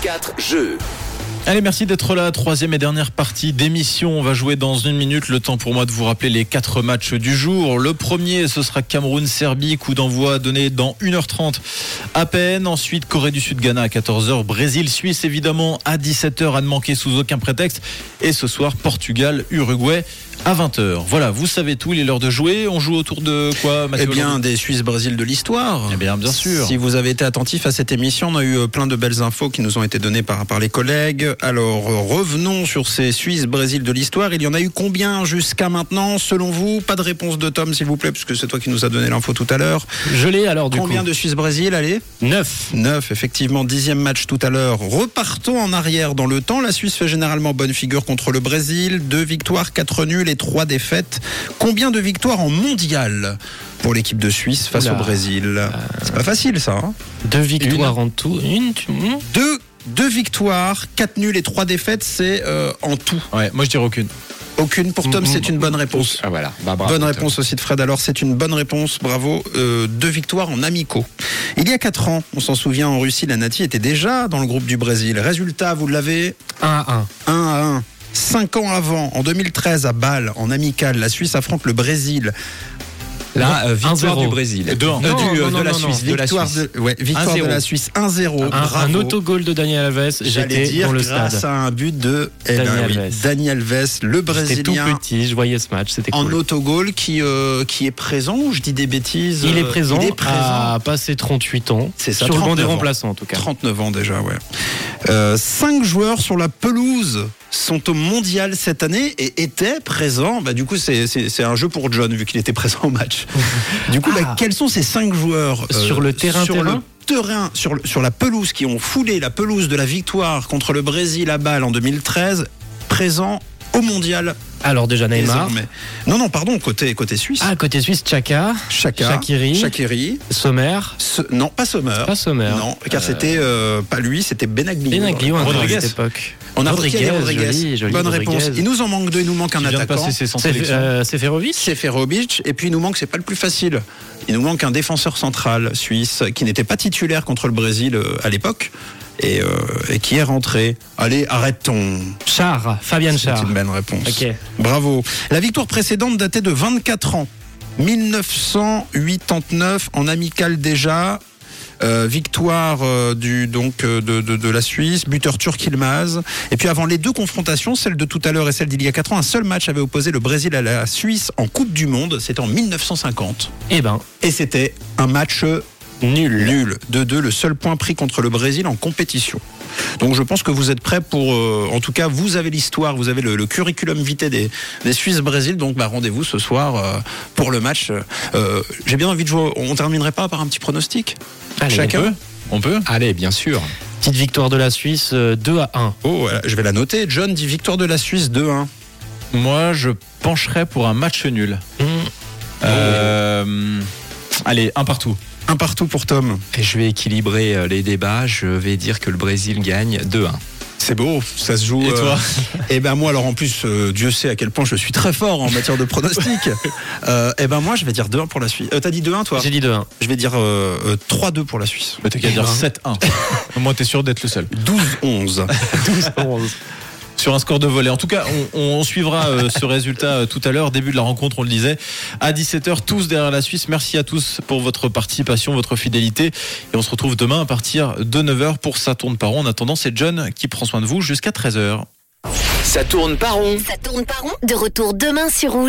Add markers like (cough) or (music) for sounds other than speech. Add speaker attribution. Speaker 1: 4 jeux.
Speaker 2: Allez, merci d'être là. Troisième et dernière partie d'émission. On va jouer dans une minute. Le temps pour moi de vous rappeler les quatre matchs du jour. Le premier, ce sera Cameroun-Serbie. Coup d'envoi donné dans 1h30 à peine. Ensuite, Corée du Sud-Ghana à 14h. Brésil-Suisse, évidemment, à 17h à ne manquer sous aucun prétexte. Et ce soir, Portugal-Uruguay à 20h. Voilà, vous savez tout. Il est l'heure de jouer. On joue autour de quoi, Mathieu
Speaker 3: Eh bien,
Speaker 2: Hollande
Speaker 3: des Suisses-Brésil de l'histoire.
Speaker 2: Eh bien, bien sûr.
Speaker 3: Si vous avez été attentif à cette émission, on a eu euh, plein de belles infos qui nous ont été données par, par les collègues. Alors, euh, revenons sur ces Suisses-Brésil de l'histoire. Il y en a eu combien jusqu'à maintenant, selon vous Pas de réponse de Tom, s'il vous plaît, puisque c'est toi qui nous as donné l'info tout à l'heure.
Speaker 4: Je l'ai alors du
Speaker 3: Combien
Speaker 4: coup.
Speaker 3: de Suisse-Brésil Allez
Speaker 4: 9.
Speaker 3: 9, effectivement, dixième match tout à l'heure. Repartons en arrière dans le temps. La Suisse fait généralement bonne figure contre le Brésil. Deux victoires, quatre nuls et trois défaites. Combien de victoires en mondial pour l'équipe de Suisse face
Speaker 4: Oula.
Speaker 3: au Brésil C'est pas facile ça. hein
Speaker 4: Deux victoires en tout. Une, tu- hmm
Speaker 3: deux, deux victoires, quatre nuls et trois défaites, c'est euh, en tout.
Speaker 2: Ouais, moi je dirais aucune.
Speaker 3: Aucune pour Tom,
Speaker 4: Mm,
Speaker 3: c'est
Speaker 4: mm,
Speaker 3: une bonne réponse.
Speaker 5: Ah voilà, bah, bravo,
Speaker 3: Bonne
Speaker 5: Tom.
Speaker 3: réponse aussi de Fred. Alors, c'est une bonne réponse. Bravo. Euh, deux victoires en amicaux. Il y a quatre ans, on s'en souvient, en Russie, la Nati était déjà dans le groupe du Brésil. Résultat, vous l'avez
Speaker 4: 1 à
Speaker 3: 1
Speaker 4: 1.
Speaker 3: à 1. Cinq ans avant, en 2013, à Bâle, en amical, la Suisse affronte le Brésil.
Speaker 5: Là, euh, victoire
Speaker 4: 1-0.
Speaker 5: du Brésil.
Speaker 2: Deux, un.
Speaker 3: Euh,
Speaker 4: Non,
Speaker 3: du, euh,
Speaker 4: non, non,
Speaker 3: de la
Speaker 4: non, non,
Speaker 3: Suisse.
Speaker 4: de la
Speaker 3: victoire
Speaker 4: Suisse.
Speaker 3: de, ouais, victoire
Speaker 4: 1-0.
Speaker 3: de la Suisse 1-0.
Speaker 4: Un, un
Speaker 3: Bravo.
Speaker 4: autogol de Daniel Alves.
Speaker 3: J'allais
Speaker 4: J'étais
Speaker 3: dire
Speaker 4: dans le
Speaker 3: grâce
Speaker 4: stade.
Speaker 3: à un but de eh ben
Speaker 4: Daniel
Speaker 3: oui,
Speaker 4: Alves.
Speaker 3: Daniel Vess, le
Speaker 4: J'étais tout
Speaker 3: Brésilien
Speaker 4: petit. Je voyais ce match. C'était
Speaker 3: en
Speaker 4: cool.
Speaker 3: autogol qui, euh, qui est présent ou je dis des bêtises
Speaker 4: Il est
Speaker 3: euh,
Speaker 4: présent. Ah,
Speaker 3: Il est présent.
Speaker 4: À passer 38 ans.
Speaker 3: C'est ça,
Speaker 4: Sur le banc des
Speaker 3: 39 ans.
Speaker 4: remplaçants en tout cas.
Speaker 3: 39 ans déjà, ouais. Euh, cinq joueurs sur la pelouse sont au mondial cette année et étaient présents. Bah, du coup, c'est- c'est c'est un jeu pour John vu qu'il était présent au
Speaker 4: (laughs)
Speaker 3: match. du coup, bah,
Speaker 4: Ah.
Speaker 3: quels sont ces cinq joueurs euh,
Speaker 4: Sur le terrain,
Speaker 3: sur le
Speaker 4: terrain
Speaker 3: terrain, sur, le- sur la pelouse qui ont foulé la pelouse de la victoire contre le Brésil à Bâle en 2013, présents au mondial
Speaker 4: Alors déjà Neymar.
Speaker 3: désormais. Non, non, pardon, côté, côté suisse.
Speaker 4: Ah, côté suisse, Chaka.
Speaker 3: Chaka,
Speaker 4: Shakiri.
Speaker 3: Shakiri.
Speaker 4: Sommer.
Speaker 3: Ce- non, pas Sommer.
Speaker 4: Pas Sommer.
Speaker 3: Non, car c'était euh, pas lui, c'était Benaglio.
Speaker 4: Benaglio, un
Speaker 2: Rodriguez.
Speaker 4: grand à cette époque.
Speaker 3: On a Rodriguez,
Speaker 4: Rodriguez,
Speaker 3: Rodriguez.
Speaker 4: joli, joli
Speaker 3: Bonne
Speaker 4: Rodriguez.
Speaker 3: réponse. Il nous en manque deux, il nous manque un
Speaker 2: Il vient de
Speaker 3: attaquant.
Speaker 2: passer ses 100
Speaker 4: C'est
Speaker 2: sélections.
Speaker 4: euh, Seferovic
Speaker 3: Seferovic, et puis il nous manque, c'est pas le plus facile. Il nous manque un défenseur central suisse qui n'était pas titulaire contre le Brésil euh, à l'époque et, euh, et qui est rentré. Allez, arrête-t-on
Speaker 4: Char. Fabien
Speaker 3: C'est
Speaker 4: Char.
Speaker 3: une bonne réponse.
Speaker 4: Ok.
Speaker 3: Bravo. La victoire précédente datait de 24 ans. 1989 en amical déjà. Euh, victoire euh, du donc euh, de, de- de la Suisse, buteur turc Yılmaz. Et puis avant les deux confrontations, celle de tout à l'heure et celle d'il y a 4 ans, un seul match avait opposé le Brésil à la Suisse en Coupe du Monde. C'était en 1950.
Speaker 4: Eh ben,
Speaker 3: Et c'était un match
Speaker 4: nul.
Speaker 3: nul. 2-2, le seul point pris contre le Brésil en compétition. Donc je pense que vous êtes prêts pour... euh, en tout cas, vous avez l'histoire, vous avez le, le curriculum vitae des, des Suisses-Brésil. Donc bah, rendez-vous ce soir euh, pour le match. Euh, J'ai bien envie de jouer... On terminerait pas par un petit pronostic
Speaker 4: Allez,
Speaker 3: Chacun
Speaker 2: On peut
Speaker 5: Allez, bien sûr.
Speaker 4: Petite victoire de la Suisse, euh, 2 à 1.
Speaker 3: Oh, voilà, je vais la noter. John dit victoire de la Suisse 2-1.
Speaker 2: Moi, je pencherais pour un match nul. Euh, allez, un partout.
Speaker 3: Un partout pour Tom.
Speaker 5: Et je vais équilibrer euh, les débats. Je vais dire que le Brésil gagne 2-1.
Speaker 3: C'est beau, ça se joue.
Speaker 2: Et
Speaker 3: euh, (laughs)
Speaker 2: toi
Speaker 3: Eh ben moi, alors en plus, euh, Dieu sait à quel point je suis très fort en matière
Speaker 5: (laughs)
Speaker 3: de pronostic. euh, eh ben moi, je vais dire 2-1 pour la Suisse. Euh, T'as dit 2-1 toi
Speaker 4: J'ai dit 2
Speaker 3: (laughs)
Speaker 4: 1.
Speaker 3: Je vais dire euh, euh, 3-2 pour la Suisse.
Speaker 2: Mais t'as qu'à dire 7-1. hein. (laughs) Au moins, t'es sûr d'être le seul.
Speaker 3: 12-11.
Speaker 4: 11.
Speaker 2: Sur un score de volet. En tout cas, on, on suivra euh, ce résultat euh, tout à l'heure. Début de la rencontre, on le disait. À 17h, tous derrière la Suisse. Merci à tous pour votre participation, votre fidélité. Et on se retrouve demain à partir de 9h pour Ça tourne par rond. En attendant, c'est John qui prend soin de vous jusqu'à 13h.
Speaker 1: Ça tourne pas rond.
Speaker 6: Ça tourne pas rond. De retour demain sur Rouge.